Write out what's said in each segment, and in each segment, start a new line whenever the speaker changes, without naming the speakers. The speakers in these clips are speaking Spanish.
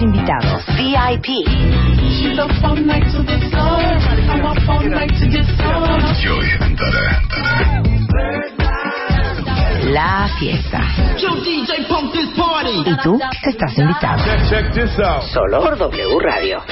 invitados. VIP. Joy Antara. La fiesta. Y tú estás invitado. Solo por W Radio.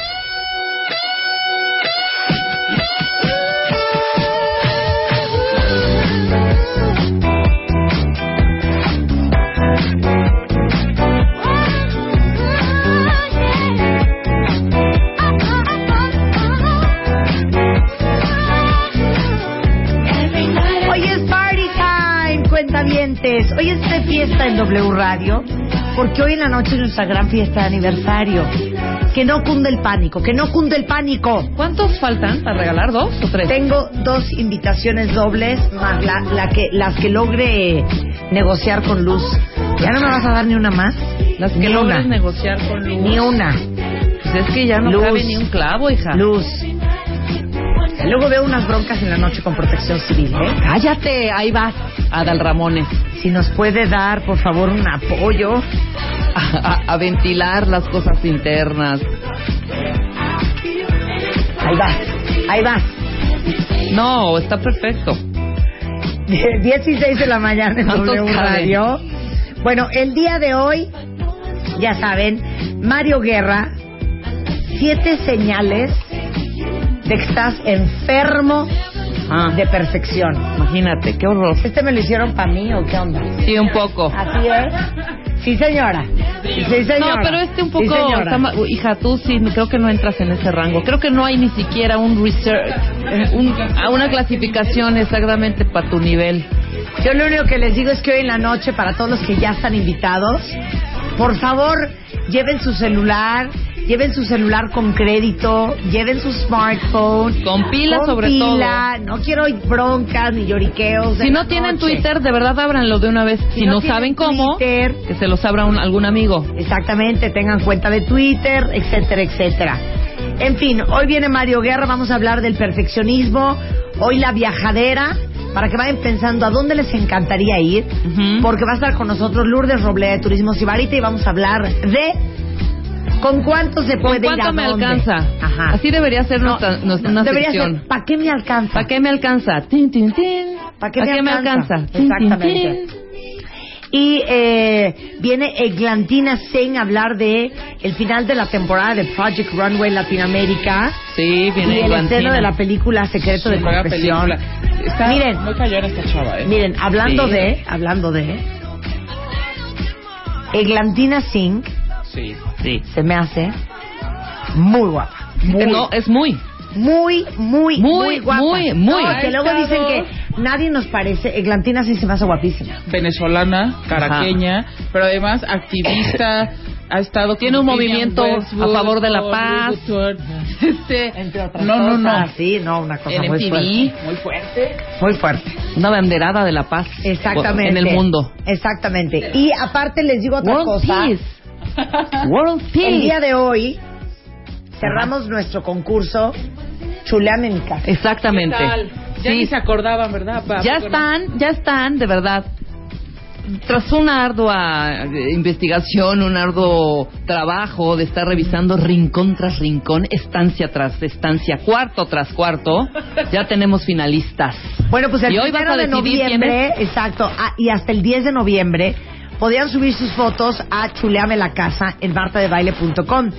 Hoy es de fiesta en W Radio, porque hoy en la noche es nuestra gran fiesta de aniversario. Que no cunde el pánico, que no cunde el pánico.
¿Cuántos faltan para regalar? ¿Dos o tres?
Tengo dos invitaciones dobles, más la, la que, las que logre negociar con Luz. ¿Ya no me vas a dar ni una más?
Las que
ni
logres una. negociar con Luz.
Ni una.
Pues es que ya no Luz. cabe ni un clavo, hija.
Luz. Luego veo unas broncas en la noche con protección civil, ¿eh?
Cállate, ahí vas. Adal Ramones.
Si nos puede dar, por favor, un apoyo.
A, a, a ventilar las cosas internas.
Ahí vas, ahí vas.
No, está perfecto.
16 de la mañana en W Radio. Bueno, el día de hoy, ya saben, Mario Guerra, siete señales de que estás enfermo ah. de perfección.
Imagínate, qué horror.
¿Este me lo hicieron para mí o qué onda?
Sí, un poco.
Así es. Sí, señora. Sí, señora.
No, pero este un poco. Sí, está, hija, tú sí, creo que no entras en ese rango. Creo que no hay ni siquiera un research, eh, un, una clasificación exactamente para tu nivel.
Yo lo único que les digo es que hoy en la noche, para todos los que ya están invitados, por favor, lleven su celular, lleven su celular con crédito, lleven su smartphone.
Con pila
con
sobre
pila. todo. No quiero broncas ni lloriqueos.
Si no tienen
noche.
Twitter, de verdad ábranlo de una vez. Si, si no, no saben cómo,
Twitter,
que se los abra un, algún amigo.
Exactamente, tengan cuenta de Twitter, etcétera, etcétera. En fin, hoy viene Mario Guerra, vamos a hablar del perfeccionismo, hoy la viajadera, para que vayan pensando a dónde les encantaría ir, uh -huh. porque va a estar con nosotros Lourdes Roblea de Turismo Sibarita y vamos a hablar de ¿Con cuánto se puede
¿Con cuánto
ir a
me
dónde?
alcanza? Ajá. Así debería ser no, nuestra, nuestra no,
debería
sección.
ser, ¿para qué me alcanza?
¿Para qué me alcanza? Tin, tin, tin.
¿Para qué, ¿Pa me, qué alcanza? me, alcanza? Exactamente. Tin, tin. Y eh, viene Eglantina Sen a hablar de el final de la temporada de Project Runway Latinoamérica.
Sí, viene
Y el estreno de la película Secreto sí, de Confesión.
Está miren, muy callada esta chava, ¿eh?
Miren, hablando sí. de, hablando de Eglantina Singh
Sí,
sí.
Se me hace muy guapa. Este, Muy,
no, es muy.
Muy, muy, muy, muy guapa.
Muy, muy.
No, que luego dicen que nadie nos parece. Eglantina sí se me hace guapísima.
Venezolana, caraqueña, Ajá. pero además activista. ha estado
tiene un movimiento Westwood, a favor de la paz
este, entre otras no no no Ah, sí no una cosa
LMTV,
muy fuerte
muy fuerte
muy fuerte
una banderada de la paz
exactamente
en el mundo
exactamente y aparte les digo otra
World
cosa
Peace. World Peace.
El día de hoy cerramos nuestro concurso chulean en mi casa.
Exactamente.
¿Qué tal? Ya
Sí.
ni se acordaban, ¿verdad? Pa-
Ya
¿a poco no?
están, ya están, de verdad. Tras una ardua eh, investigación, un arduo trabajo de estar revisando rincón tras rincón, estancia tras estancia, cuarto tras cuarto, ya tenemos finalistas.
Bueno, pues el
Y hoy vas
primero
a
de
decidir
noviembre, exacto, ah, y hasta el 10 de noviembre, podían subir sus fotos a chuleame la casa en martadebaile.com.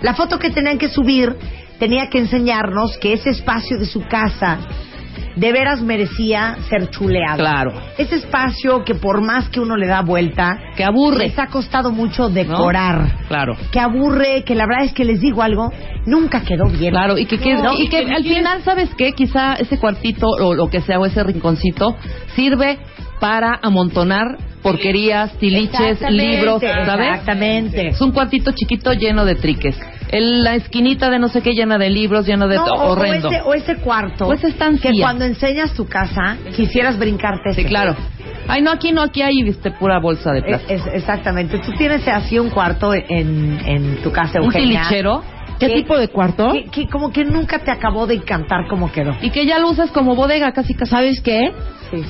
La foto que tenían que subir tenía que enseñarnos que ese espacio de su casa de veras merecía ser chuleado.
Claro.
Ese espacio que por más que uno le da vuelta,
Que aburre.
les ha costado mucho
¿no?
decorar.
Claro.
Que aburre, que la verdad es que les digo algo, nunca quedó bien.
Claro, y que, que-
No,
y que
y que
al
quieres-
final, ¿sabes qué? Quizá ese cuartito o lo que sea, o ese rinconcito, sirve para amontonar porquerías, tiliches,
Exactamente,
libros, ¿sabes?
Exactamente.
Es un cuartito chiquito lleno de triques. El- la esquinita de no sé qué llena de libros, lleno de
No,
to-
o- este,
horrendo.
O ese, o ese cuarto.
O esa estancia.
Que cuando enseñas tu casa, quisieras brincarte
Sí,
ese.
claro. Ay, no, aquí no, aquí hay viste, pura bolsa de
este. Es-
plástico.
es- exactamente. Tú tienes así un cuarto en, en tu casa,
un
Eugenia.
tilichero.
¿Qué
que-
tipo
de cuarto?
Que, que como que nunca te acabó de encantar como quedó.
Y que ya lo usas como bodega, casi casi.
¿Sabes qué?
Sí,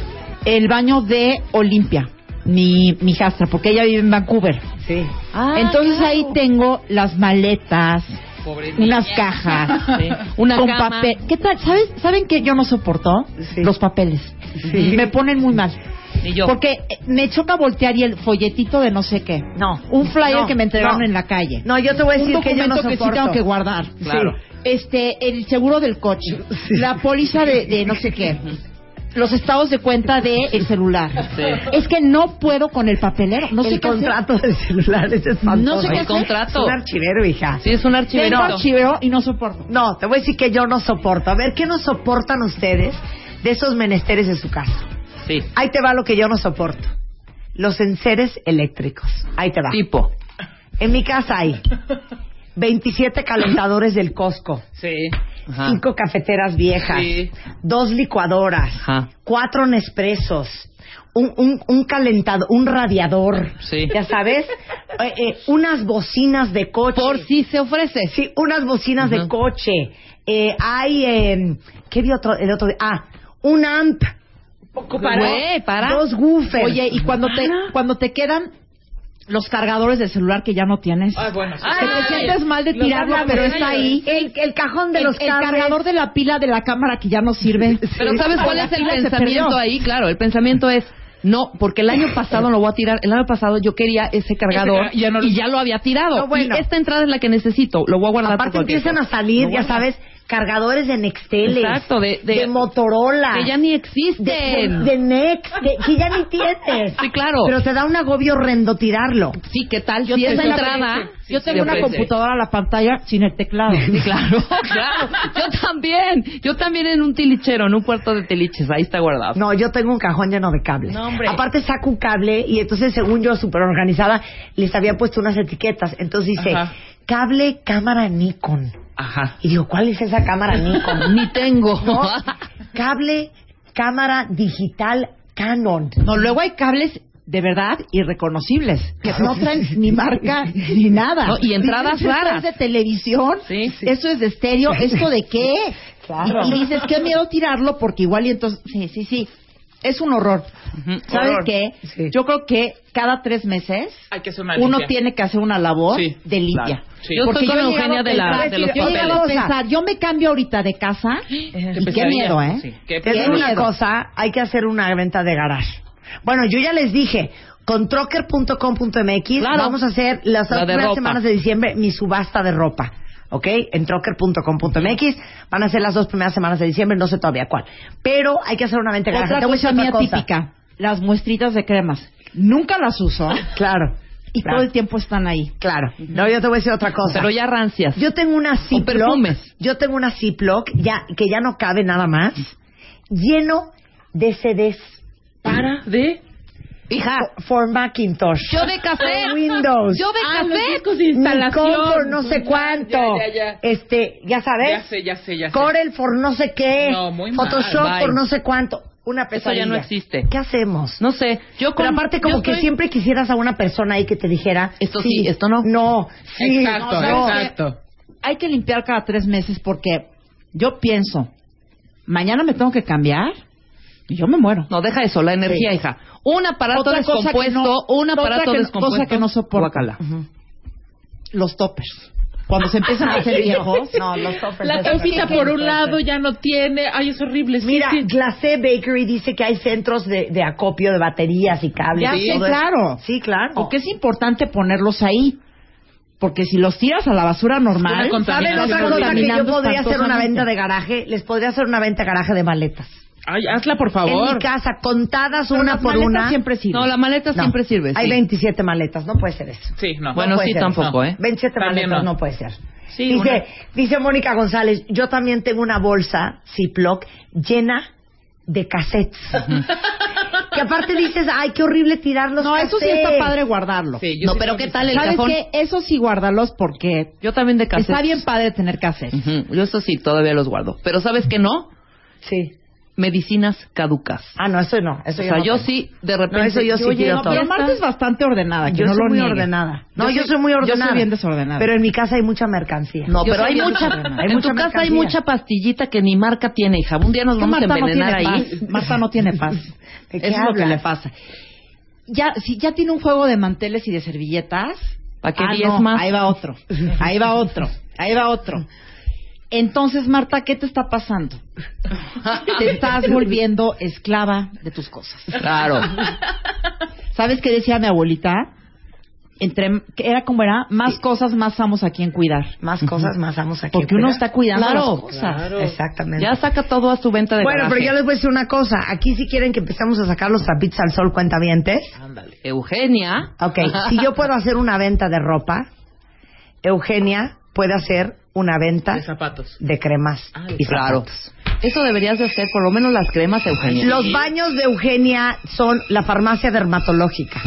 El baño de Olimpia, mi, mi hijastra, porque ella vive en Vancouver.
sí.
Ah,
Entonces ahí tengo las maletas, unas cajas,
Sí. Una
con
cama.
papel. ¿Qué tal? ¿Sabes? ¿Saben qué yo no soporto?
Sí.
Los papeles.
Sí.
Me ponen muy mal.
Y yo.
Porque eh, me choca voltear y el folletito de no sé qué.
No.
Un flyer
No,
que me entregaron
no.
en la calle.
No, yo te voy a
un
decir que yo no
documento que, sí
soporto.
tengo que guardar.
Claro.
Sí. Este, el seguro del coche, la póliza de, de no sé qué, los estados de cuenta de el celular.
Sí.
Es que no puedo con el papelero, no sé
el
qué hacer.
contrato del celular es espantoso.
No sé qué
El
hacer.
Es
contrato.
un archivero, hija.
Sí, es un
Tengo
archivero.
archivero y no soporto.
No, te voy a decir que yo no soporto. A ver, ¿qué no soportan ustedes de esos menesteres de su casa?
Sí.
Ahí te va lo que yo no soporto. Los enseres eléctricos. Ahí te va.
Tipo.
En mi casa hay 27 calentadores del Costco,
Sí.
Ajá.
cinco cafeteras viejas,
Sí.
dos licuadoras,
Ajá.
cuatro Nespressos, un, un, un calentador, un radiador,
Sí.
ya sabes, Eh, eh, unas bocinas de coche.
Por si se ofrece.
Sí, unas bocinas
Ajá.
de coche. Eh, hay, eh, ¿qué vi otro, el otro día? Ah, un amp,
Poco
Güey, para.
dos woofers.
Oye, y cuando te cuando te quedan los cargadores del celular que ya no tienes,
Ah, bueno. sí.
que te sientes mal de
Los
tirarla,
cargadores
pero está ahí.
el, el cajón de
El,
los
el cargador de la pila de la cámara que ya no sirve.
Pero ¿sabes cuál es el
Se
pensamiento
perdió.
ahí? Claro, el pensamiento es, no, porque el año pasado lo voy a tirar. El año pasado yo quería ese cargador
Ese ca- ya no lo-
y ya lo había tirado.
No, bueno.
Y esta entrada es la que necesito, lo voy a guardar.
Aparte
por cualquier
empiezan a
cosa.
salir,
Lo
ya
guardo.
sabes, cargadores de Nextel,
Exacto, de- de-
Motorola,
Que ya ni existen.
de, de- de Nex, de- que ya ni tienes.
Sí, claro.
Pero te da un agobio horrendo tirarlo.
Sí, ¿qué tal? Yo si
tengo
esa
una
entrada...
Sí,
Yo
sí,
tengo
se
una
ofrece.
computadora a la pantalla sin el teclado.
Sí, claro, claro. Yo también. Yo también en un tilichero, en un puerto de tiliches. Ahí está guardado.
No, yo tengo un cajón lleno de cables.
No, hombre.
Aparte saco un cable y entonces, según yo, súper organizada, les había puesto unas etiquetas. Entonces dice,
Ajá.
cable cámara Nikon.
Ajá.
Y digo, ¿cuál es esa cámara Nikon?
Ni tengo.
No, cable cámara digital Canon.
No, luego hay cables de verdad irreconocibles que no traen ni marca ni nada.
No, y entradas
Dices, ¿esto
raras.
es de televisión,
Sí, sí.
eso es de estéreo, ¿esto de qué?
Claro.
Y, y dices, qué miedo tirarlo porque igual y entonces, sí, sí, sí, es un horror.
Ujú.
¿Sabes
Horror.
qué?
Sí.
Yo creo que cada tres meses
Hay que hacer
Ah,
una
uno
limpia.
tiene que hacer una labor
Sí,
de limpia.
claro. Sí. Yo estoy con
he
Eugenia
llegado a
de la-
pensar-
de los
yo he llegado a
papeles.
pensar, yo me cambio ahorita de casa y qué
pesadilla.
miedo, ¿eh?
Sí, qué
Te digo
pesadilla.
una cosa, hay que hacer una venta de garage. Bueno, yo ya les dije, con trocker.com.mx
Claro.
vamos a hacer las
La de
primeras
ropa.
semanas de diciembre mi subasta de ropa. ¿Ok? En trocker.com.mx van a ser las dos primeras semanas de diciembre, no sé todavía cuál. Pero hay que hacer una venta de garage.
Otra
Te voy a decir
cosa mía
otra cosa.
típica, las muestritas de cremas. Nunca las uso
Ah,
Claro.
y
claro,
todo el tiempo están ahí.
Claro. No, yo te voy a decir otra cosa.
Pero ya rancias.
Yo tengo una Ziploc.
perfumes.
Yo tengo una Ziploc ya, que ya no cabe nada más, lleno de CDs.
Para de...
Hija. For Macintosh.
Yo de café.
For Windows.
Yo de
Ah, los
café.
discos de instalación.
Nikon for no sé cuánto.
Ya, ya, ya.
Este, ya sabes.
Ya sé, ya sé, ya sé.
Corel por no sé qué.
No, muy mal,
Photoshop
bye.
por no sé cuánto. Una
Eso
pesadilla.
ya no existe.
¿Qué hacemos?
No sé.
Pero
Yo con-
aparte
yo
como que
soy-
siempre quisieras a una persona ahí que te dijera
Esto sí, esto no.
No, sí,
exacto,
no.
exacto.
Hay que limpiar cada tres meses porque
yo pienso, mañana me tengo que cambiar, y yo me muero.
No, deja eso, la energía,
Sí.
hija. Un aparato
Otra cosa que
descompuesto,
no-
un
otra
aparato
que-
descompuesto.
cosa que no soporto.
Guácala.
Los toppers. Cuando se empiezan a hacer viejos, no, los
Pues
toppers.
La
no se
tapita
hacen.
por un lado ya no tiene. Ay, es horrible. sí,
Mira,
sí.
Glacé Bakery dice que hay centros de, de acopio de baterías y cables.
Ya
y
sé,
todo eso.
claro.
Sí, claro.
O que es importante ponerlos ahí. Porque si los tiras a la basura normal,
Una
¿Saben
contaminación.
estás
otra cosa que yo
contaminando
podría hacer una
espantosamente.
venta de garaje? Les podría hacer una venta de garaje de maletas.
Ay, hazla, por favor.
En mi casa, contadas
Pero
una
las
por
maletas
una.
siempre sirven.
No, la maleta
No,
siempre sirve.
Hay
sí.
27 maletas, no puede ser eso.
Sí, no.
Bueno,
puede
sí,
ser,
tampoco,
no.
¿eh?
27
También
maletas no.
no.
puede ser.
Sí,
dice,
una.
dice Mónica González, yo también tengo una bolsa Ziploc llena de cassettes. que aparte dices, ay, qué horrible tirarlos.
No, eso sí está padre guardarlo.
Sí, yo
No,
sí creo
pero ¿qué
que
tal el
¿Sabes
cajón?
qué? Eso sí guárdalos porque
Yo también de cassettes.
está bien padre tener cassettes.
Ujú, Yo eso sí, todavía los guardo. Pero ¿sabes qué no?
Sí.
Medicinas caducas.
Ah, no, eso no. Eso
o sea,
no
yo
tengo.
sí, de repente...
eso yo sí
oye,
tiro
no,
todo.
Pero
pero
Marta
Marta
es bastante ordenada, que
Yo
no
soy
lo
muy
niegue.
ordenada. No, yo,
Yo
soy muy ordenada.
Yo soy bien desordenada.
Pero en mi casa hay mucha mercancía.
No,
Yo soy
pero hay
bien
mucha...
desordenada, hay
en
mucha
tu casa hay
mercancía.
mucha pastillita que ni marca tiene, hija. Un día nos
Es que
vamos a
Marta no tiene
envenenar ahí.
paz. Marta no tiene paz.
¿De qué
Eso es lo que
hablas?
le pasa. Ya, si ya tiene un juego de manteles y de servilletas,
¿Para qué
ah,
diez
no,
más?
Ahí va otro, ahí va otro, ahí va otro. Entonces, Marta, ¿qué te está pasando? Te estás volviendo esclava de tus cosas.
Claro.
¿Sabes qué decía mi abuelita? Entre, que era como era, más cosas, más amos a quien cuidar.
Más cosas, más vamos aquí.
Porque uno está cuidando
Claro.
las cosas.
Claro. Exactamente.
ya saca todo a su venta de
Bueno, pero
garaje.
yo les voy a decir una cosa. Aquí si quieren que empezamos a sacar los trapitos al sol cuentavientes.
Ah. Eugenia.
Ok, si yo puedo hacer una venta de ropa, Eugenia puede hacer una venta
De zapatos.
de cremas y
Ah, Claro.
zapatos.
Eso deberías de hacer, por lo menos las cremas, Eugenia.
Los baños de Eugenia son la farmacia dermatológica.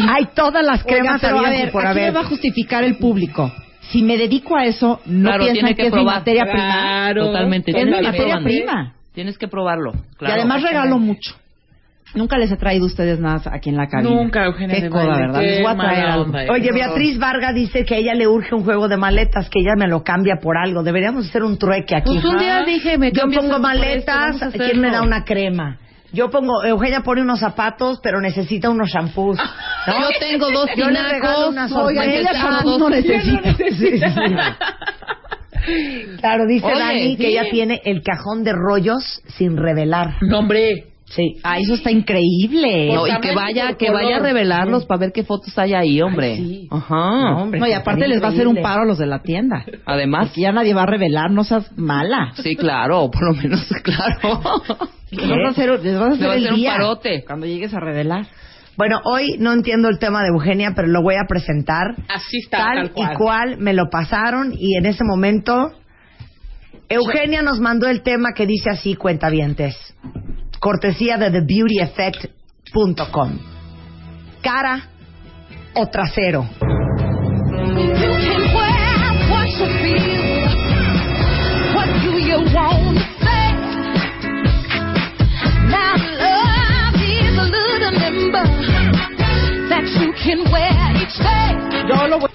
Hay todas las
Oiga,
cremas
pero a
habidas y
ver,
por
aquí me
haber.
va a justificar el público. Si me dedico a eso, no
Claro,
piensan
tiene
que,
que
es mi
probar.
materia prima.
Claro.
Totalmente.
Es
Tienes
mi
que
materia
probarlo.
prima.
Tienes que probarlo. Claro.
y además regalo mucho. Nunca les he traído a ustedes nada aquí en la cabina.
Nunca, Eugenia
Qué
de
coda,
Baile,
¿verdad?
qué
Les voy a traer
mala
algo.
onda, eh.
Oye, Beatriz Vargas dice que a ella le urge un juego de maletas, que ella me lo cambia por algo. Deberíamos hacer un trueque aquí.
Pues un día dije, me
Yo
cambias
pongo
esto por esto,
maletas,
vamos a
¿quién me da
hacerlo.
una crema? Yo pongo, Eugenia pone unos zapatos, pero necesita unos shampoos. ¿no?
Yo tengo dos
Yo le regalo
tinacos.
una
dos
sorpresa.
Oigan, ella
mantecados.
con uno necesita.
Claro, dice
Oye,
Dani que
sí.
ella tiene el cajón de rollos sin revelar.
No, hombre.
Sí.
Ah, eso está increíble.
No,
No,
y que vaya, que vaya a revelarlos para ver qué fotos hay ahí, hombre. Ajá.
No, hombre,
y
está
aparte
bien
les va a hacer un
increíble.
paro a los de la tienda.
Además,
Porque ya nadie va a revelar, no seas mala.
sí, claro, por lo menos, claro.
Les vas a hacer, les vas a hacer
Le va a
el
hacer un
día
parote.
cuando llegues a revelar.
Bueno, hoy no entiendo el tema de Eugenia, pero lo voy a presentar
Así está,
tal,
tal
y cual me lo pasaron y en ese momento Eugenia nos mandó el tema que dice así, cuentavientes. Cortesía de thebeautyeffect.com. Cara o trasero.
Yo lo voy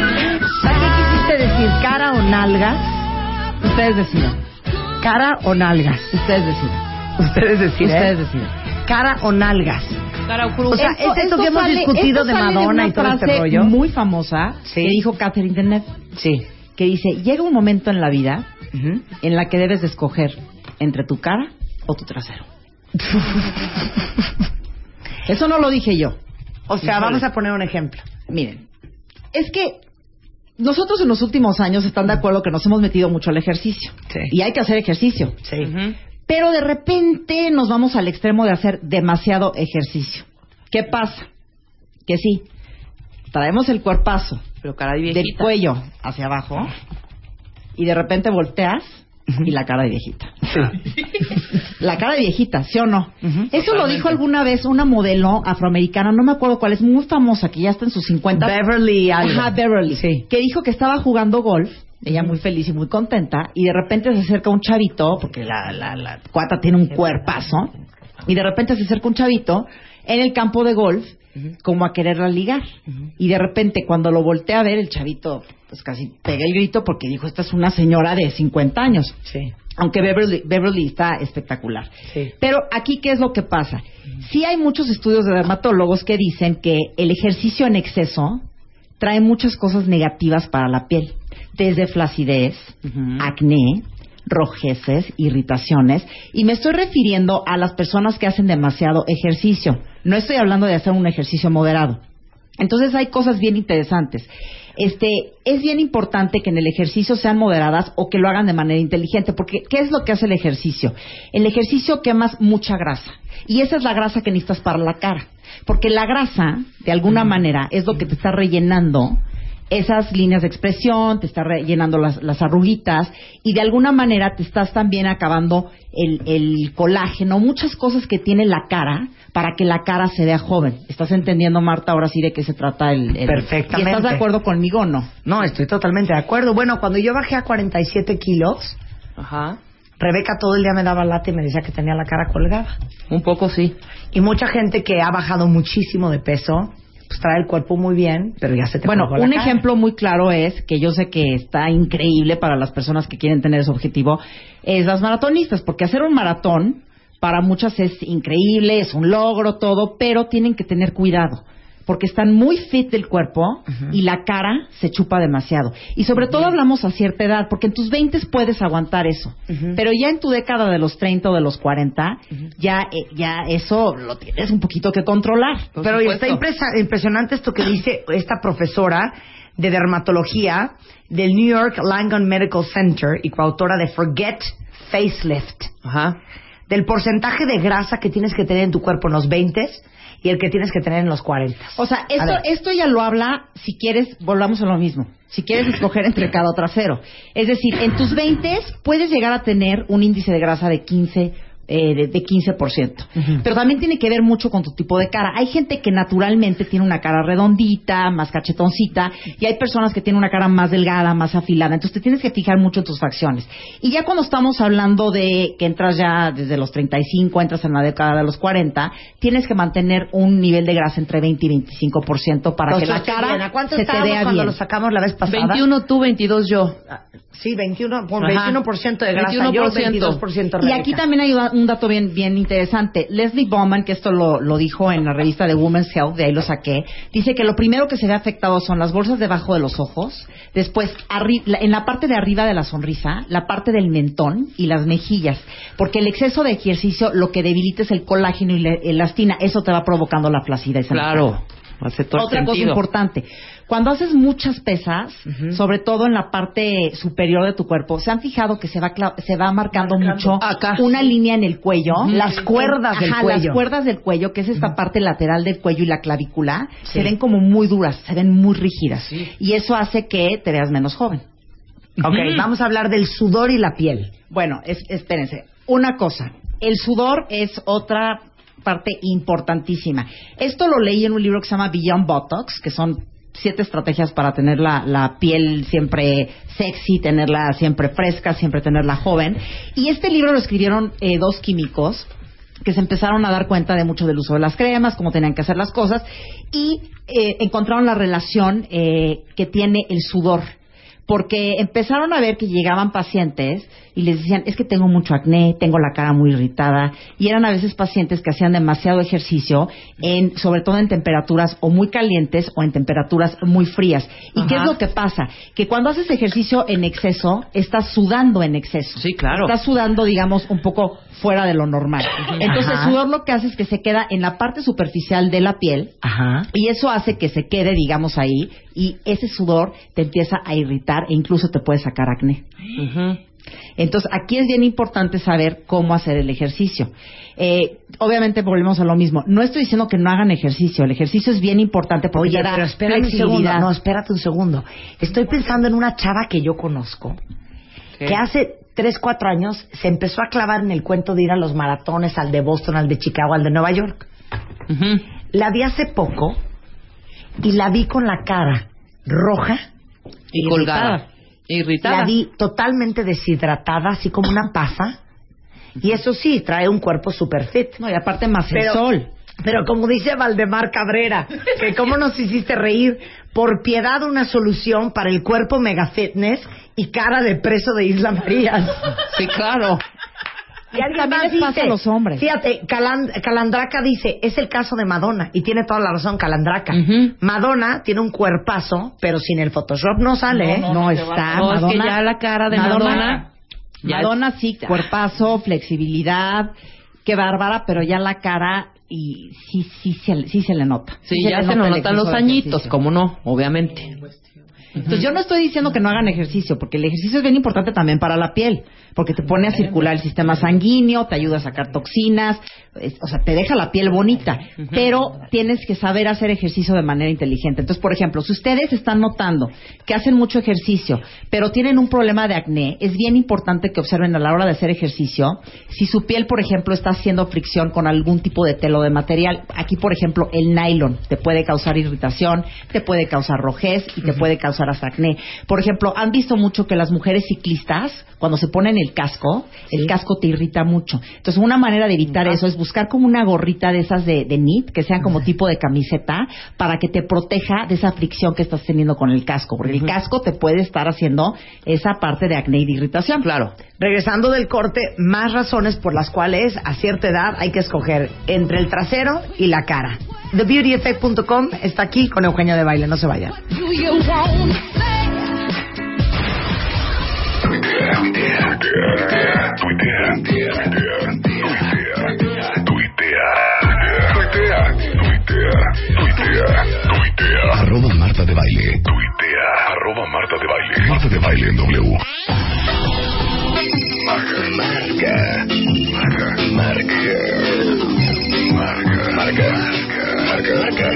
¿Qué quisiste decir? ¿Cara o nalgas?
Ustedes decidan.
¿Cara o nalgas?
Ustedes decidan.
Ustedes deciden.
Ustedes decidan.
Cara o nalgas.
Cara o cruz.
O sea,
Esto-
es esto
esto
que hemos
sale-
discutido
esto
de
sale
Madonna
una
y todo este
frase
rollo.
muy famosa
Sí.
que dijo Catherine Deneuve,
Sí.
que dice, llega un momento en la vida
Ujú.
en la que debes de escoger entre tu cara o tu trasero. Eso no lo dije yo.
O sea,
Híjole.
vamos a poner un ejemplo.
Miren, es que nosotros en los últimos años están de acuerdo que nos hemos metido mucho al ejercicio.
Sí.
Y hay que hacer ejercicio.
Sí.
Pero de repente nos vamos al extremo de hacer demasiado ejercicio. ¿Qué pasa? Que sí, traemos el cuerpazo
Pero cara de
del
viejita.
cuello hacia abajo y de repente volteas y la cara de viejita. La cara de viejita, ¿sí o no? Eso lo dijo alguna vez una modelo afroamericana, no me acuerdo cuál es, muy famosa, que ya está en sus 50.
Beverly algo.
Ajá, Beverly.
Sí.
Que dijo que estaba jugando golf, ella muy feliz y muy contenta, y de repente se acerca un chavito, porque la, la, la cuata tiene un cuerpazo, y de repente se acerca un chavito, en el campo de golf como a quererla ligar. Y de repente cuando lo volteé a ver, el chavito pues casi pega el grito porque dijo, esta es una señora de 50 años.
Sí.
Aunque Beverly, Beverly está espectacular.
Sí.
Pero aquí, ¿qué es lo que pasa? Sí hay muchos estudios de dermatólogos que dicen que el ejercicio en exceso trae muchas cosas negativas para la piel, desde flacidez, acné, rojeces, irritaciones, y me estoy refiriendo a las personas que hacen demasiado ejercicio. No estoy hablando de hacer un ejercicio moderado. Entonces hay cosas bien interesantes. Este, es bien importante que en el ejercicio sean moderadas o que lo hagan de manera inteligente, porque ¿qué es lo que hace el ejercicio? El ejercicio quemas mucha grasa y esa es la grasa que necesitas para la cara, porque la grasa, de alguna manera, es lo que te está rellenando esas líneas de expresión, te está rellenando las, las arruguitas y de alguna manera te estás también acabando el, el colágeno, muchas cosas que tiene la cara para que la cara se vea joven. ¿Estás entendiendo, Marta, ahora sí de qué se trata el... el-
Perfectamente.
¿Y estás de acuerdo conmigo o no?
No, estoy totalmente de acuerdo. Bueno, cuando yo bajé a 47 kilos,
Ajá.
Rebeca todo el día me daba lata y me decía que tenía la cara colgada.
Un poco sí.
Y mucha gente que ha bajado muchísimo de peso, pues trae el cuerpo muy bien, pero ya se te
Bueno,
colgó la
un
cara.
ejemplo muy claro es, que yo sé que está increíble para las personas que quieren tener ese objetivo, es las maratonistas, porque hacer un maratón para muchas es increíble, es un logro, todo, pero tienen que tener cuidado, porque están muy fit del cuerpo y la cara se chupa demasiado. Y sobre todo hablamos a cierta edad, porque en tus 20 puedes aguantar eso, pero ya en tu década de los 30 o de los 40, ya, eh, ya eso lo tienes un poquito que controlar.
Por
Pero
supuesto.
está impresa- impresionante esto que dice esta profesora de dermatología del New York Langone Medical Center y coautora de Forget Facelift,
Ajá.
del porcentaje de grasa que tienes que tener en tu cuerpo en los 20 y el que tienes que tener en los 40.
O sea,
A
esto,
ver.
esto ya lo habla, si quieres, volvamos a lo mismo. Si quieres escoger entre cada trasero. Es decir, en tus 20 puedes llegar a tener un índice de grasa de 15, eh, de, de 15%. Pero también tiene que ver mucho con tu tipo de cara. Hay gente que naturalmente tiene una cara redondita, más cachetoncita, y hay personas que tienen una cara más delgada, más afilada. Entonces te tienes que fijar mucho en tus facciones. Y ya cuando estamos hablando de que entras ya desde los 35, entras en la década de los 40, tienes que mantener un nivel de grasa entre 20 y 25% para que la
Entonces,
cara
Diana, ¿cuánto
se te
estábamos
vea
cuando
bien.
lo sacamos la vez pasada?
21 tú, 22 yo.
Sí, 21, por
Ajá.
21% de grasa, yo
21%.
22%
Y
Rebeca.
aquí también hay un dato bien, bien interesante. Leslie Bowman, que esto lo, lo dijo en la revista de Women's Health, de ahí lo saqué, dice que lo primero que se ve afectado son las bolsas debajo de los ojos, después arri- la- en la parte de arriba de la sonrisa, la parte del mentón y las mejillas, porque el exceso de ejercicio lo que debilita es el colágeno y la elastina, eso te va provocando la flacidez. en la cara.
Claro. Hace todo el
Otra cosa
sentido.
importante, cuando haces muchas pesas, sobre todo en la parte superior de tu cuerpo, se han fijado que se va cla- se va marcando, mucho
Acá.
una línea en el cuello,
Las
En-
cuerdas del
ajá,
cuello.
las cuerdas del cuello, que es esta parte lateral del cuello y la clavícula, se ven como muy duras, se ven muy rígidas, y eso hace que te veas menos joven.
Ok, vamos a hablar del sudor y la piel.
Bueno, es- espérense. Una cosa, el sudor es otra parte importantísima. Esto lo leí en un libro que se llama Beyond Botox, que son siete estrategias para tener la, la piel siempre sexy, tenerla siempre fresca, siempre tenerla joven. Y este libro lo escribieron eh, dos químicos que se empezaron a dar cuenta de mucho del uso de las cremas, cómo tenían que hacer las cosas, y eh, encontraron la relación eh, que tiene el sudor porque empezaron a ver que llegaban pacientes y les decían, es que tengo mucho acné, tengo la cara muy irritada, y eran a veces pacientes que hacían demasiado ejercicio, en, sobre todo en temperaturas o muy calientes o en temperaturas muy frías. ¿Y qué es
Ajá.
lo que pasa? Que cuando haces ejercicio en exceso, estás sudando en exceso.
Sí, claro.
Estás sudando, digamos, un poco fuera de lo normal. Entonces,
Ajá.
el sudor lo que hace es que se queda en la parte superficial de la piel,
Ajá.
y eso hace que se quede, digamos, ahí y ese sudor te empieza a irritar e incluso te puede sacar acné.
Ujú.
Entonces, aquí es bien importante saber cómo hacer el ejercicio. Eh, obviamente, volvemos a lo mismo. No estoy diciendo que no hagan ejercicio. El ejercicio es bien importante porque
Oye,
te da
pero espérame un segundo.
flexibilidad.
No, espérate un segundo. Estoy pensando en una chava que yo conozco, que hace 3, 4 años se empezó a clavar en el cuento de ir a los maratones, al de Boston, al de Chicago, al de Nueva York.
Ujú.
La vi hace poco y la vi con la cara roja,
Y
Irritada.
colgada. Irritada.
la vi totalmente deshidratada, así como una pasa. Y eso sí, trae un cuerpo super fit.
No, y aparte más el
Pero-
sol.
Pero como dice Valdemar Cabrera, que cómo nos hiciste reír, por piedad una solución para el cuerpo mega fitness y cara de preso de Isla Marías.
Sí, claro.
Y alguien
También
más
les pasa
dice,
a los hombres.
Fíjate, Calan- Calandraca dice, es el caso de Madonna, y tiene toda la razón Calandraca.
Ujú.
Madonna tiene un cuerpazo, pero sin el Photoshop no sale, ¿eh?
No, está.
No, es que
Madonna-
ya la cara de Madonna- Ya es-
Madonna sí, cuerpazo, flexibilidad, qué bárbara, pero ya la cara y sí, sí, se le- sí se le nota.
Sí, ya se
nota
nos
el
notan los
exceso de
añitos,
ejercicio.
como no, obviamente.
Entonces yo no estoy diciendo que no hagan ejercicio, porque el ejercicio es bien importante también para la piel, porque te pone a circular el sistema sanguíneo, te ayuda a sacar toxinas, es- o sea, te deja la piel bonita, pero tienes que saber hacer ejercicio de manera inteligente. Entonces, por ejemplo, si ustedes están notando que hacen mucho ejercicio, pero tienen un problema de acné, es bien importante que observen a la hora de hacer ejercicio si su piel, por ejemplo, está haciendo fricción con algún tipo de telo de material. Aquí, por ejemplo, el nylon te puede causar irritación, te puede causar rojez y te puede causar hasta acné. Por ejemplo, han visto mucho que las mujeres ciclistas, cuando se ponen el casco, el casco te irrita mucho. Entonces, una manera de evitar eso es buscar como una gorrita de esas de, de knit, que sean como tipo de camiseta, para que te proteja de esa fricción que estás teniendo con el casco, porque el casco te puede estar haciendo esa parte de acné y de irritación. Claro.
Regresando del corte, más razones por las cuales a cierta edad hay que escoger entre el trasero y la cara. TheBeautyEffect.com está aquí con Eugenio de Baile, no se vayan.
Tuitea, tuitea, tuitea, tuitea, tuitea, tuitea, tuitea, tuitea, tuitea. Arroba Marta de Baile. Tuitea. Arroba Marta de Baile. Marta de Baile en W. Marca. Marca. Marca. Marca. Marca. Marca. Marca.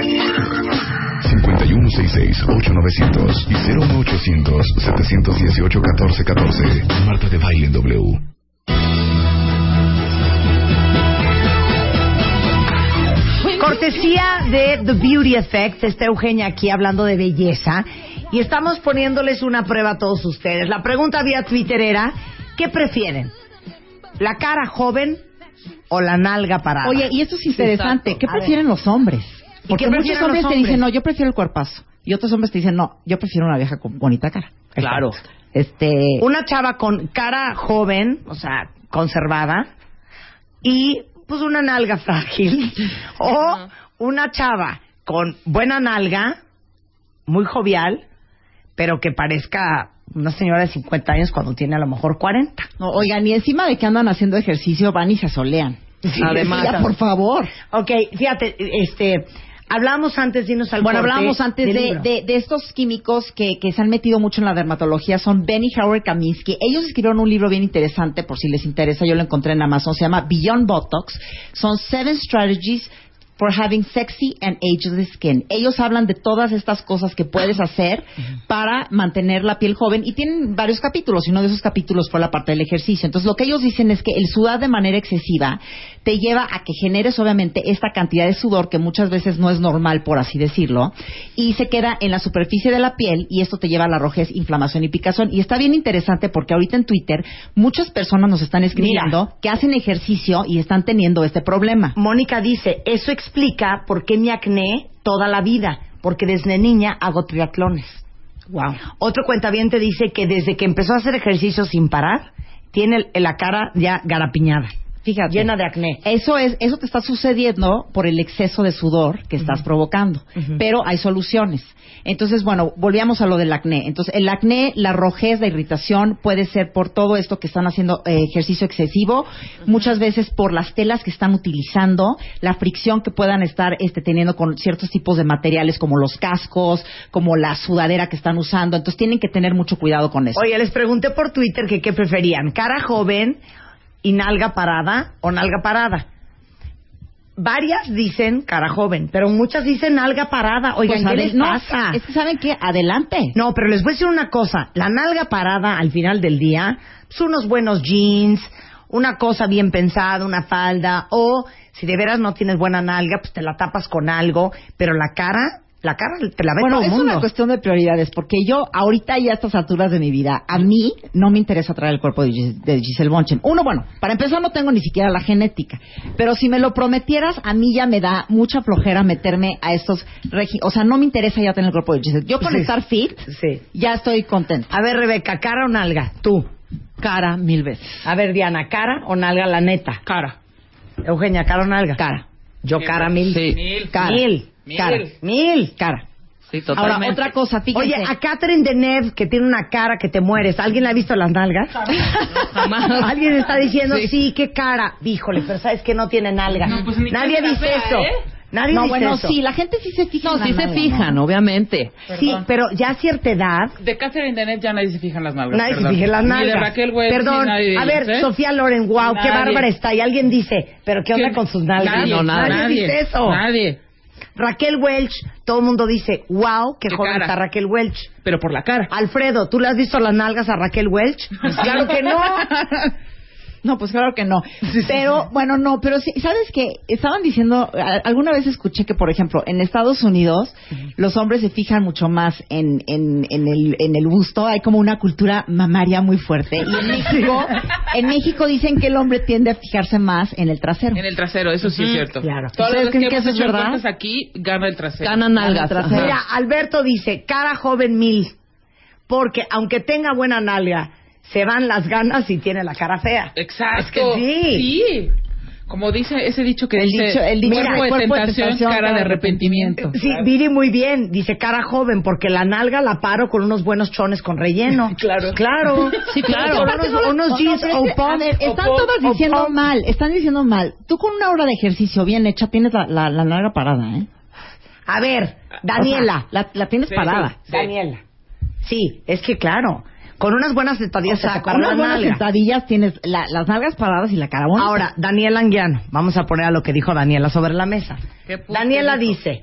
5166-8900 y 01800-718-1414. Marta de Baile en W.
Cortesía de The Beauty Effect, está Eugenia aquí hablando de belleza y estamos poniéndoles una prueba a todos ustedes. La pregunta vía Twitter era, ¿qué prefieren? ¿La cara joven o la nalga parada?
Oye, y esto es interesante.
Exacto.
¿Qué
A
prefieren los hombres? Porque
qué
muchos
prefieren los
hombres, te
hombres?
dicen, no, yo prefiero el cuerpazo. Y otros hombres te dicen, no, yo prefiero una vieja con bonita cara.
Claro.
Exacto. Este.
una chava con cara joven, o sea, conservada, y pues una nalga frágil, o una chava con buena nalga, muy jovial, pero que parezca una señora de 50 años cuando tiene a lo mejor 40.
No, oigan, y encima de que andan haciendo ejercicio, van y se solean.
Además.
Ya, por favor.
Ok, fíjate, este, hablamos antes de irnos al
Bueno,
corte
hablábamos antes
del
de,
libro.
de- de estos químicos que, que se han metido mucho en la dermatología, son Benny Howard Kaminsky. Ellos escribieron un libro bien interesante, por si les interesa, yo lo encontré en Amazon, se llama Beyond Botox. Son Seven Strategies for Having Sexy and Ageless Skin. Ellos hablan de todas estas cosas que puedes hacer para mantener la piel joven y tienen varios capítulos y uno de esos capítulos fue la parte del ejercicio. Entonces, lo que ellos dicen es que el sudar de manera excesiva te lleva a que generes obviamente esta cantidad de sudor que muchas veces no es normal, por así decirlo, y se queda en la superficie de la piel y esto te lleva a la rojez, inflamación y picazón. Y está bien interesante porque ahorita en Twitter muchas personas nos están escribiendo que hacen ejercicio y están teniendo este problema.
Mónica dice, eso explica por qué mi acné toda la vida, porque desde niña hago triatlones. Wow. Otro cuentaviente dice que desde que empezó a hacer ejercicio sin parar, tiene el- la cara ya garapiñada.
Fíjate.
Llena de acné.
Eso es, eso te está sucediendo por el exceso de sudor que estás provocando. Pero hay soluciones. Entonces, bueno, volvíamos a lo del acné. Entonces, el acné, la rojez, la irritación puede ser por todo esto que están haciendo eh, ejercicio excesivo, muchas veces por las telas que están utilizando, la fricción que puedan estar este, teniendo con ciertos tipos de materiales como los cascos, como la sudadera que están usando. Entonces, tienen que tener mucho cuidado con eso.
Oye, les pregunté por Twitter que qué preferían, cara joven y nalga parada o nalga parada. Varias dicen cara joven, pero muchas dicen nalga parada. Oigan,
Pues,
¿qué
Adel-
les
no,
pasa?
Es que saben que adelante.
No, pero les voy a decir una cosa. La nalga parada al final del día, pues unos buenos jeans, una cosa bien pensada, una falda, o si de veras no tienes buena nalga, pues te la tapas con algo, pero la cara La cara te la ve
Bueno,
todo el
es
mundo.
una cuestión de prioridades, porque yo ahorita y a estas alturas de mi vida, a mí no me interesa traer el cuerpo de, Gis- de Giselle Bonchen. Uno, bueno, para empezar no tengo ni siquiera la genética, pero si me lo prometieras, a mí ya me da mucha flojera meterme a estos regi- O sea, no me interesa ya tener el cuerpo de Giselle. Yo con
Sí.
estar fit,
Sí.
ya estoy contenta.
A ver, Rebeca, ¿cara o nalga? Tú.
Cara mil veces.
A ver, Diana, ¿cara o nalga la neta?
Cara.
Eugenia, ¿cara o nalga?
Cara.
Yo cara mil.
Sí.
Mil.
Cara. Mil.
Mil.
Cara. Mil. Cara.
Sí,
Ahora,
totalmente.
otra cosa, fíjense.
Oye, a Catherine Deneuve, que tiene una cara que te mueres, ¿alguien la ha visto las nalgas?
Jamás.
Alguien está diciendo, sí,
Sí.
qué cara. Híjole, pero ¿sabes que No tiene nalga.
No, pues, ni
Nadie
que
dice
la vea,
eso.
¿eh?
Nadie
no,
dice
bueno,
eso.
sí, la gente sí se fija. en
No,
la
sí se
nalga,
fijan,
¿no?
obviamente.
Sí,
Perdón.
pero ya a cierta edad,
De Catherine Denet ya nadie se fija en las nalgas.
nadie se
perdón.
fija en las
Ni
nalgas.
de Raquel Güell,
Perdón,
ni nadie
a
dice,
ver,
¿eh?
Sofía Loren, wow, qué
Nadie.
bárbara está. Y alguien dice, pero ¿qué onda
¿Qué?
con sus nalgas?
Nadie,
No, nada.
nadie dice eso.
Nadie.
Raquel Welch, todo el mundo dice, wow, qué,
Qué
joven
cara.
está Raquel Welch.
Pero por la cara.
Ah. Alfredo, ¿tú le has visto las nalgas a Raquel Welch? Pues claro que no.
No, pues claro que no. Pero, bueno, no, pero sí, ¿sabes qué? Estaban diciendo, a- alguna vez escuché que, por ejemplo, en Estados Unidos los hombres se fijan mucho más en, en, en, el, en el busto, hay como una cultura mamaria muy fuerte. Y en México, en México dicen que el hombre tiende a fijarse más en el trasero.
En el trasero, eso sí es cierto.
claro.
Todas las
¿Ustedes
veces
creen
que,
que
hemos
eso es
hecho
verdad?
encuestas aquí, gana el trasero.
Ganan nalgas.
Ganan
ajá.
Mira, Alberto dice, cara joven mil, porque aunque tenga buena nalga, se van las ganas y tiene la cara fea.
Exacto.
Es que sí.
Sí. Como dice ese dicho que
El
dice,
dicho- el dicho,
cuerpo, de
mira, cuerpo de
tentación,
tentación,
cara de arrepentimiento.
Sí, Viri muy bien, dice cara joven, porque la nalga la paro con unos buenos chones con relleno.
Claro.
Claro.
Sí, claro.
Con unos, unos jeans
No, no,
o
pero es que, a
pump.
ver, están
o
todas
pump,
diciendo
o pump.
mal, están diciendo mal. Tú con una hora de ejercicio bien hecha tienes la, la, la larga parada, ¿eh?
A ver,
O
Daniela.
sea, la, la tienes
Sí,
parada.
sí.
Daniela. Sí, es que claro, con unas buenas
O
sentadillas se
sea,
te
con
para la
unas buenas
nalga.
sentadillas tienes la- las nalgas paradas y la cara bonita.
Ahora, Daniela Anguiano, vamos a poner a lo que dijo Daniela sobre la mesa.
Qué puto
Daniela
hijo.
dice,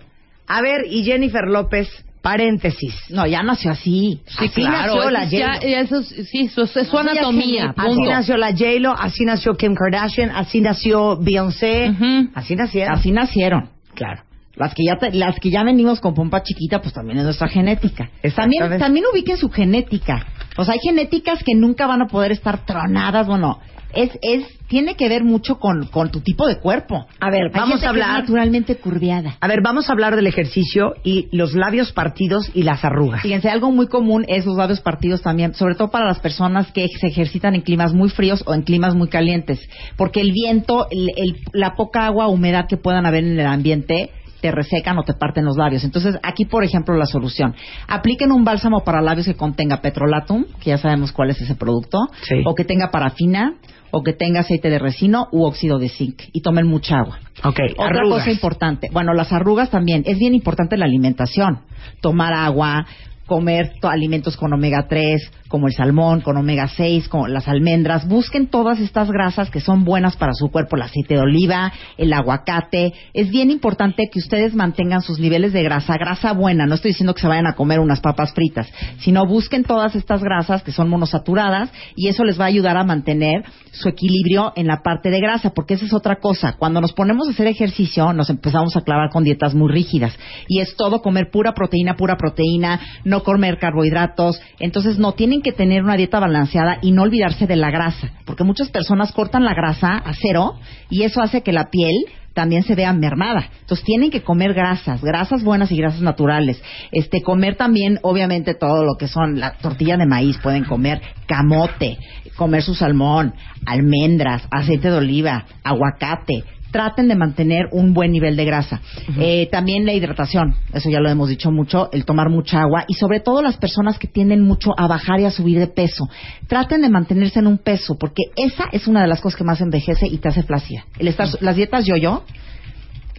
a ver, y Jennifer López, paréntesis.
No, ya nació así.
Sí,
Así
claro.
nació
eso
la
es ya-
J-Lo.
eso es- sí, eso es, es su
Así
anatomía.
nació-
Así
punto.
nació la J-Lo, así nació Kim Kardashian, así nació Beyoncé,
Ujú.
así nacieron.
Así nacieron.
Claro.
Las que ya te- las que ya venimos con pompa chiquita, pues también es nuestra genética.
Exactamente.
También también ubiquen su genética. O sea, hay genéticas que nunca van a poder estar tronadas, bueno, es es tiene que ver mucho con, con tu tipo de cuerpo.
A ver,
Hay
vamos
gente
a
que es
hablar-
naturalmente curviada.
A ver, vamos a hablar del ejercicio y los labios partidos y las arrugas.
Fíjense, algo muy común es los labios partidos también, sobre todo para las personas que se ejercitan en climas muy fríos o en climas muy calientes, porque el viento, el- el- la poca agua o humedad que puedan haber en el ambiente te resecan o te parten los labios. Entonces, aquí, por ejemplo, la solución. Apliquen un bálsamo para labios que contenga petrolatum, que ya sabemos cuál es ese producto,
Sí.
o que tenga parafina, o que tenga aceite de resino u óxido de zinc, y tomen mucha agua.
Ok,
Otra
arrugas.
cosa importante, bueno, las arrugas también, es bien importante la alimentación, tomar agua, comer to- alimentos con omega 3, como el salmón, con omega 6, con las almendras, busquen todas estas grasas que son buenas para su cuerpo, el aceite de oliva, el aguacate, es bien importante que ustedes mantengan sus niveles de grasa, grasa buena, no estoy diciendo que se vayan a comer unas papas fritas, sino busquen todas estas grasas que son monosaturadas y eso les va a ayudar a mantener su equilibrio en la parte de grasa, porque esa es otra cosa. Cuando nos ponemos a hacer ejercicio, nos empezamos a clavar con dietas muy rígidas y es todo comer pura proteína, pura proteína, no comer carbohidratos. Entonces, no tienen que tener una dieta balanceada y no olvidarse de la grasa, porque muchas personas cortan la grasa a cero y eso hace que la piel también se vea mermada. Entonces tienen que comer grasas, grasas buenas y grasas naturales. Este comer también obviamente todo lo que son la tortilla de maíz, pueden comer camote, comer su salmón, almendras, aceite de oliva, aguacate. Traten de mantener un buen nivel de grasa. Eh, también la hidratación, eso ya lo hemos dicho mucho, el tomar mucha agua y sobre todo las personas que tienden mucho a bajar y a subir de peso. Traten de mantenerse en un peso porque esa es una de las cosas que más envejece y te hace flácida. El estar, las dietas yo-yo,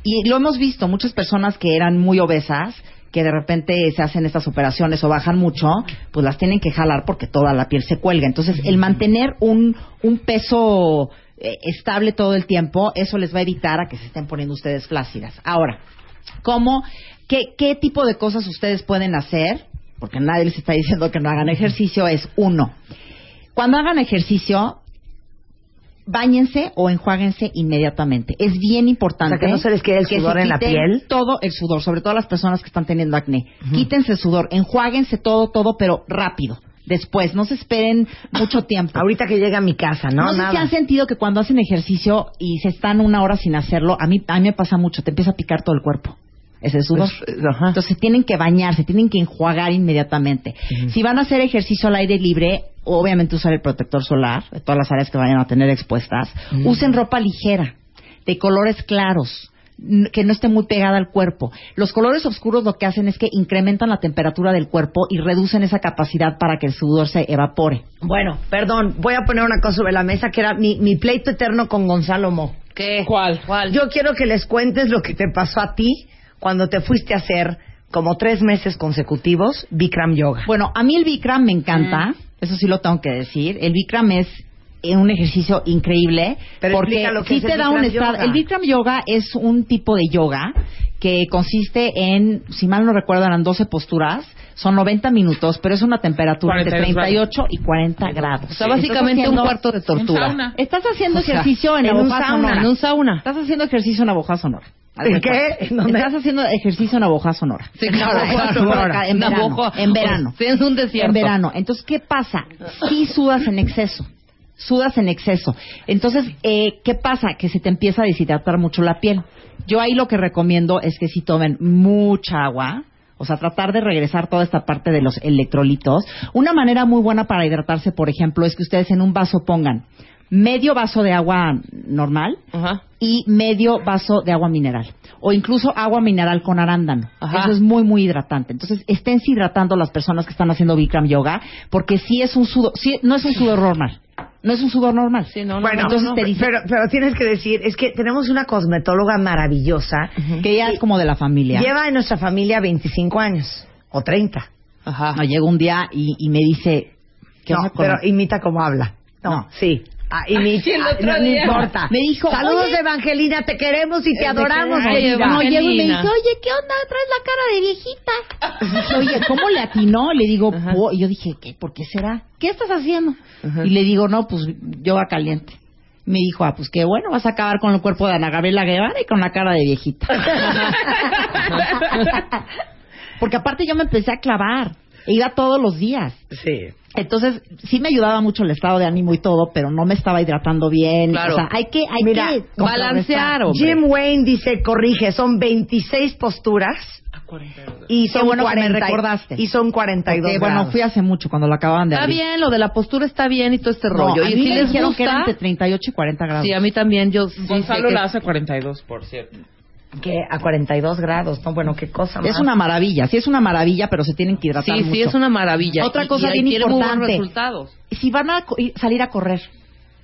y lo hemos visto, muchas personas que eran muy obesas, que de repente se hacen estas operaciones o bajan mucho, pues las tienen que jalar porque toda la piel se cuelga. Entonces, el mantener un, un peso eh, estable todo el tiempo, eso les va a evitar a que se estén poniendo ustedes flácidas. Ahora, ¿cómo, qué, qué tipo de cosas ustedes pueden hacer? Porque nadie les está diciendo que no hagan ejercicio, es uno. Cuando hagan ejercicio, Báñense o enjuáguense inmediatamente. Es bien importante.
O sea, que no se les quede el
que se
sudor en la
quiten
piel.
Todo el sudor, sobre todo las personas que están teniendo acné.
Mm.
Quítense sudor, enjuáguense todo, todo, pero rápido. Después, no se esperen mucho tiempo.
Ahorita que llega a mi casa, ¿no?
No, sé si
Nada.
han sentido que cuando hacen ejercicio y se están una hora sin hacerlo, a mí, a mí me pasa mucho, te empieza a picar todo el cuerpo. Ese sudor.
Pues, ajá.
Entonces tienen que bañarse, tienen que enjuagar inmediatamente. Si van a hacer ejercicio al aire libre, obviamente usar el protector solar, de todas las áreas que vayan a tener expuestas.
Mm.
Usen ropa ligera, de colores claros, n- que no esté muy pegada al cuerpo. Los colores oscuros lo que hacen es que incrementan la temperatura del cuerpo y reducen esa capacidad para que el sudor se evapore.
Bueno, perdón, voy a poner una cosa sobre la mesa que era mi, mi pleito eterno con Gonzalo Mo.
¿Qué? ¿Cuál? ¿Cuál?
Yo quiero que les cuentes lo que te pasó a ti cuando te fuiste a hacer como tres meses consecutivos Bikram Yoga.
Bueno, a mí el Bikram me encanta, eso sí lo tengo que decir. El Bikram es eh, un ejercicio increíble
Pero
porque
explica lo que
sí
es el
te da un
Bikram
estado.
yoga.
El Bikram yoga es un tipo de yoga que consiste en, si mal no recuerdo, eran 12 posturas, son 90 minutos, pero es una temperatura entre
42
38 y 40 grados.
O sea, básicamente
Estás haciendo-
un cuarto de tortura.
En sauna.
Estás haciendo
O sea,
ejercicio en,
en un
Navojoa,
sauna.
Sonora.
En un sauna.
Estás haciendo ejercicio en Navojoa, Sonora.
¿En qué? ¿En dónde?
Estás haciendo ejercicio en Navojoa, Sonora.
Sí,
Navojoa,
claro,
Sonora,
claro.
En verano.
Navojoa.
en verano.
O sea, es un desierto.
En verano. Entonces, ¿qué pasa? Sí sudas en exceso. Sudas en exceso. Entonces, eh, ¿qué pasa? Que se te empieza a deshidratar mucho la piel. Yo ahí lo que recomiendo es que sí tomen mucha agua. O sea, tratar de regresar toda esta parte de los electrolitos. Una manera muy buena para hidratarse, por ejemplo, es que ustedes en un vaso pongan medio vaso de agua normal,
Ajá.
y medio vaso de agua mineral o incluso agua mineral con arándano.
Ajá.
Eso es muy muy hidratante. Entonces, estén hidratando las personas que están haciendo Bikram yoga porque sí es un sudor, sí, no es un sudor normal. No es un sudor normal.
no, no,
Bueno,
entonces te dice
pero, pero tienes que decir, es que tenemos una cosmetóloga maravillosa
que ella es como de la familia.
Lleva en nuestra familia 25 años o 30.
Ajá.
No, llega un día y, y me dice, ¿qué
no,
onda con-
pero imita como habla. No,
No.
sí. Ah, imita,
el otro
no, no
día.
importa.
Me dijo,
saludos
oye. Eh,
Evangelina, te queremos y te adoramos.
queremos,
querida.
No,
Evangelina.
llego y me dice, oye, ¿qué onda? Traes la cara de viejita. Y dije, oye, ¿cómo le atinó? Le digo,
Ajá.
"Po-". Y yo dije, ¿qué? ¿Por qué será? ¿Qué estás haciendo?
Ajá.
Y le digo, no, pues yoga caliente. Me dijo, ah, pues qué bueno, vas a acabar con el cuerpo de Ana Gabriela Guevara y con la cara de viejita. Porque aparte yo me empecé a clavar. E iba todos los días.
Sí.
Entonces, sí me ayudaba mucho el estado de ánimo y todo, pero no me estaba hidratando bien.
Claro.
O sea, hay que, hay
Mira,
que
balancear, hombre.
Jim Wayne dice, corrige, son 26 posturas. Y
Qué
son
bueno que me
40
recordaste.
Y son 42
Porque, bueno,
grados.
fui hace mucho cuando lo acababan de
Está
abrir.
bien, lo de la postura está bien y todo este rollo.
a
y
mí
si
me
les
dijeron
gusta,
que era entre 38 y 40 grados.
sí, a mí también yo sí
Gonzalo
sé que-
la hace 42, por cierto.
Que a 42 grados, ¿no? Bueno, qué cosa
es
más.
una maravilla, sí es una maravilla, pero se tienen que hidratar
Sí,
mucho.
sí, es una maravilla.
Otra
Y-
cosa
y ahí
bien
tiene muy buenos
importante.
resultados.
Si van a co- ir- salir a correr,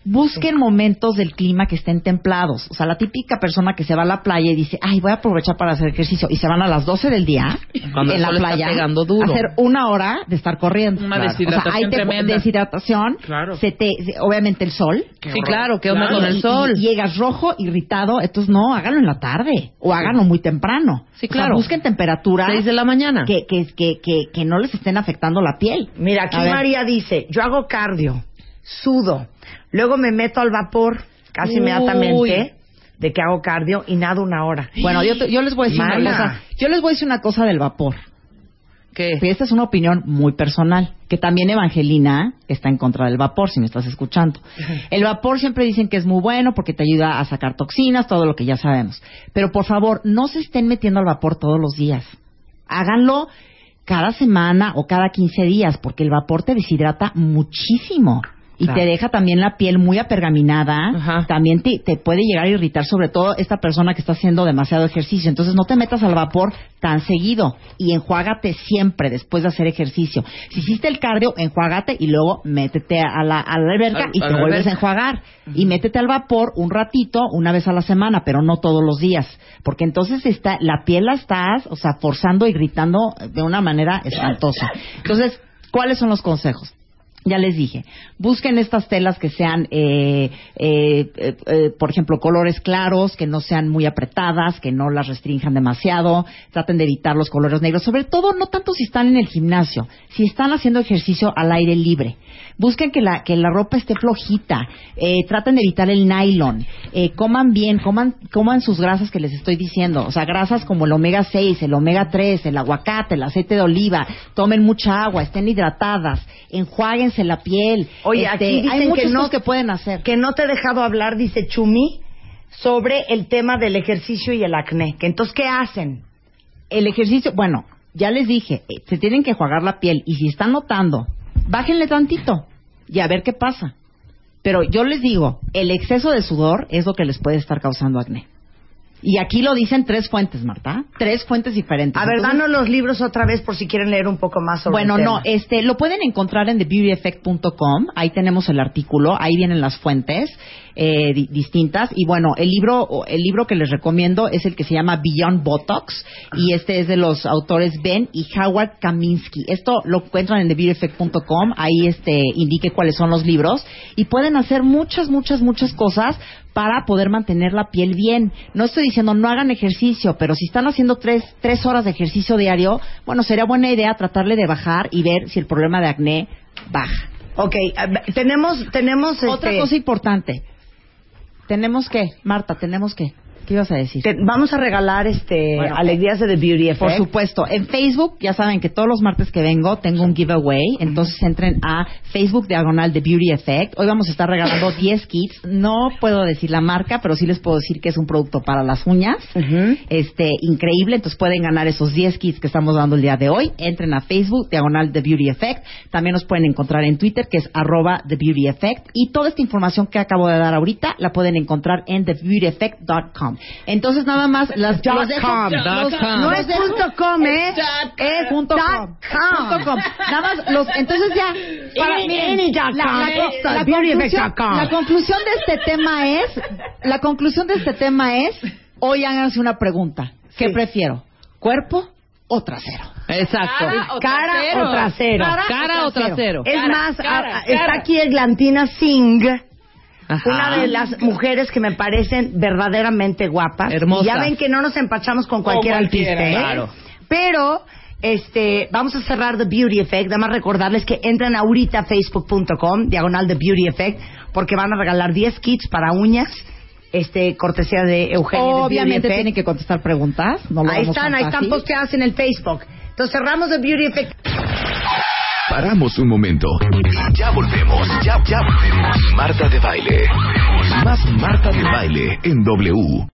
busquen momentos del clima que estén templados. O sea, la típica persona que se va a la playa y dice, ay, voy a aprovechar para hacer ejercicio, y se van a las 12 del día
Cuando
en
el
la
sol está
playa
pegando duro.
a hacer una hora de estar corriendo.
Una
o sea, hay
deshidratación
te-
tremenda.
deshidratación,
Claro.
se te, se- obviamente el sol,
Sí, claro, que onda
Claro.
con el
y-
sol.
y llegas rojo, irritado, entonces no, háganlo en la tarde o háganlo muy temprano.
Sí,
O sea,
claro.
busquen temperatura
Seis de la mañana.
que, que, que, que, que no les estén afectando la piel.
Mira, aquí
A ver.
María dice, yo hago cardio, sudo, luego me meto al vapor casi
Uy.
inmediatamente de que hago cardio y nado una hora.
Bueno, yo, te- yo les voy a decir
Mala.
una cosa. Yo les voy a decir una cosa del vapor.
¿Qué?
que Esta es una opinión muy personal, que también Evangelina está en contra del vapor, si me estás escuchando. El vapor siempre dicen que es muy bueno porque te ayuda a sacar toxinas, todo lo que ya sabemos. Pero por favor, no se estén metiendo al vapor todos los días. Háganlo cada semana o cada 15 días, porque el vapor te deshidrata muchísimo. Y
Claro.
te deja también la piel muy apergaminada.
Ajá.
También te, te puede llegar a irritar, sobre todo esta persona que está haciendo demasiado ejercicio. Entonces, no te metas al vapor tan seguido y enjuágate siempre después de hacer ejercicio. Si hiciste el cardio, enjuágate y luego métete a la, a la alberca
Al-
y
a
te
la
vuelves
alberca.
a enjuagar. Y métete al vapor un ratito, una vez a la semana, pero no todos los días. Porque entonces está, la piel la estás, o sea, forzando, irritando de una manera espantosa. Entonces, ¿cuáles son los consejos? ya les dije, busquen estas telas que sean, eh, eh, eh, eh, por ejemplo, colores claros, que no sean muy apretadas, que no las restrinjan demasiado, traten de evitar los colores negros, sobre todo no tanto si están en el gimnasio, si están haciendo ejercicio al aire libre. Busquen que la, que la ropa esté flojita, eh, traten de evitar el nylon, eh, coman bien, coman, coman sus grasas que les estoy diciendo, o sea, grasas como el omega 6, el omega 3, el aguacate, el aceite de oliva, tomen mucha agua, estén hidratadas, enjuáguense la piel.
Oye,
Este,
aquí dicen
hay
que
muchas
no-
cosas que pueden hacer.
Que no te he dejado hablar, dice Chumi, sobre el tema del ejercicio y el acné. Que entonces, ¿qué hacen?
el ejercicio, bueno, ya les dije, eh, se tienen que jugar la piel y si están notando, bájenle tantito y a ver qué pasa. Pero yo les digo, el exceso de sudor es lo que les puede estar causando acné. Y aquí lo dicen tres fuentes, Marta, tres fuentes diferentes.
A ver,
Entonces,
danos los libros otra vez por si quieren leer un poco más sobre
bueno,
el
no,
tema.
este, lo pueden encontrar en thebeautyeffect.com. Ahí tenemos el artículo, ahí vienen las fuentes eh, di- distintas. Y bueno, el libro, o el libro que les recomiendo es el que se llama Beyond Botox y este es de los autores Ben y Howard Kaminsky. Esto lo encuentran en thebeautyeffect.com. Ahí este indique cuáles son los libros y pueden hacer muchas, muchas, muchas cosas para poder mantener la piel bien. No estoy diciendo no hagan ejercicio, pero si están haciendo tres, tres horas de ejercicio diario, bueno, sería buena idea tratarle de bajar y ver si el problema de acné baja.
Ok, a ver, tenemos, tenemos,
Otra
este,
cosa importante. Tenemos que, Marta, tenemos que. ¿Qué ibas a decir?
te- vamos a regalar este
Bueno,
alegrías de The Beauty Effect.
Por supuesto. En Facebook, ya saben que todos los martes que vengo tengo un giveaway. Entonces entren a Facebook Diagonal de Beauty Effect. Hoy vamos a estar regalando 10 kits. No puedo decir la marca, pero sí les puedo decir que es un producto para las uñas. Este, increíble. Entonces pueden ganar esos 10 kits que estamos dando el día de hoy. Entren a Facebook Diagonal de Beauty Effect. También nos pueden encontrar en Twitter, que es arroba The Beauty Effect. Y toda esta información que acabo de dar ahorita la pueden encontrar en TheBeautyEffect.com. Entonces nada más las...
Dot
los dejo-
com,
los-
dot com.
no
No
es
es punto com, ¿eh?
es punto com. Punto com. Nada más los entonces ya para-
Any-
miren,
any
la,
dot
la-
com.
la-
Any dot
la
com.
conclusión,
Dot com.
la conclusión de este tema es la conclusión de este tema es hoy háganse una pregunta. ¿Qué
Sí.
prefiero? ¿Cuerpo o trasero?
Exacto.
Cara o
Cara
trasero.
o trasero.
Cara o trasero.
Es
Cara,
más,
cara,
a- a- está
cara.
aquí Eglantina Singh,
Ajá.
una de las mujeres que me parecen verdaderamente guapas.
Hermosas.
Y Ya ven que no nos empachamos con cualquier
cualquiera,
artista, ¿eh?
claro.
Pero este, vamos a cerrar The Beauty Effect. Nada más recordarles que entran ahorita a facebook.com, diagonal The Beauty Effect, porque van a regalar 10 kits para uñas, este, cortesía de Eugenia. de Beauty
Obviamente
Effect.
tienen que contestar preguntas, no lo
Ahí
vamos
están,
tan
ahí están
fácil.
posteadas en el Facebook. Entonces cerramos The Beauty Effect.
Paramos un momento. Ya volvemos, ya, ya volvemos. Marta de baile. Más Marta de baile en W.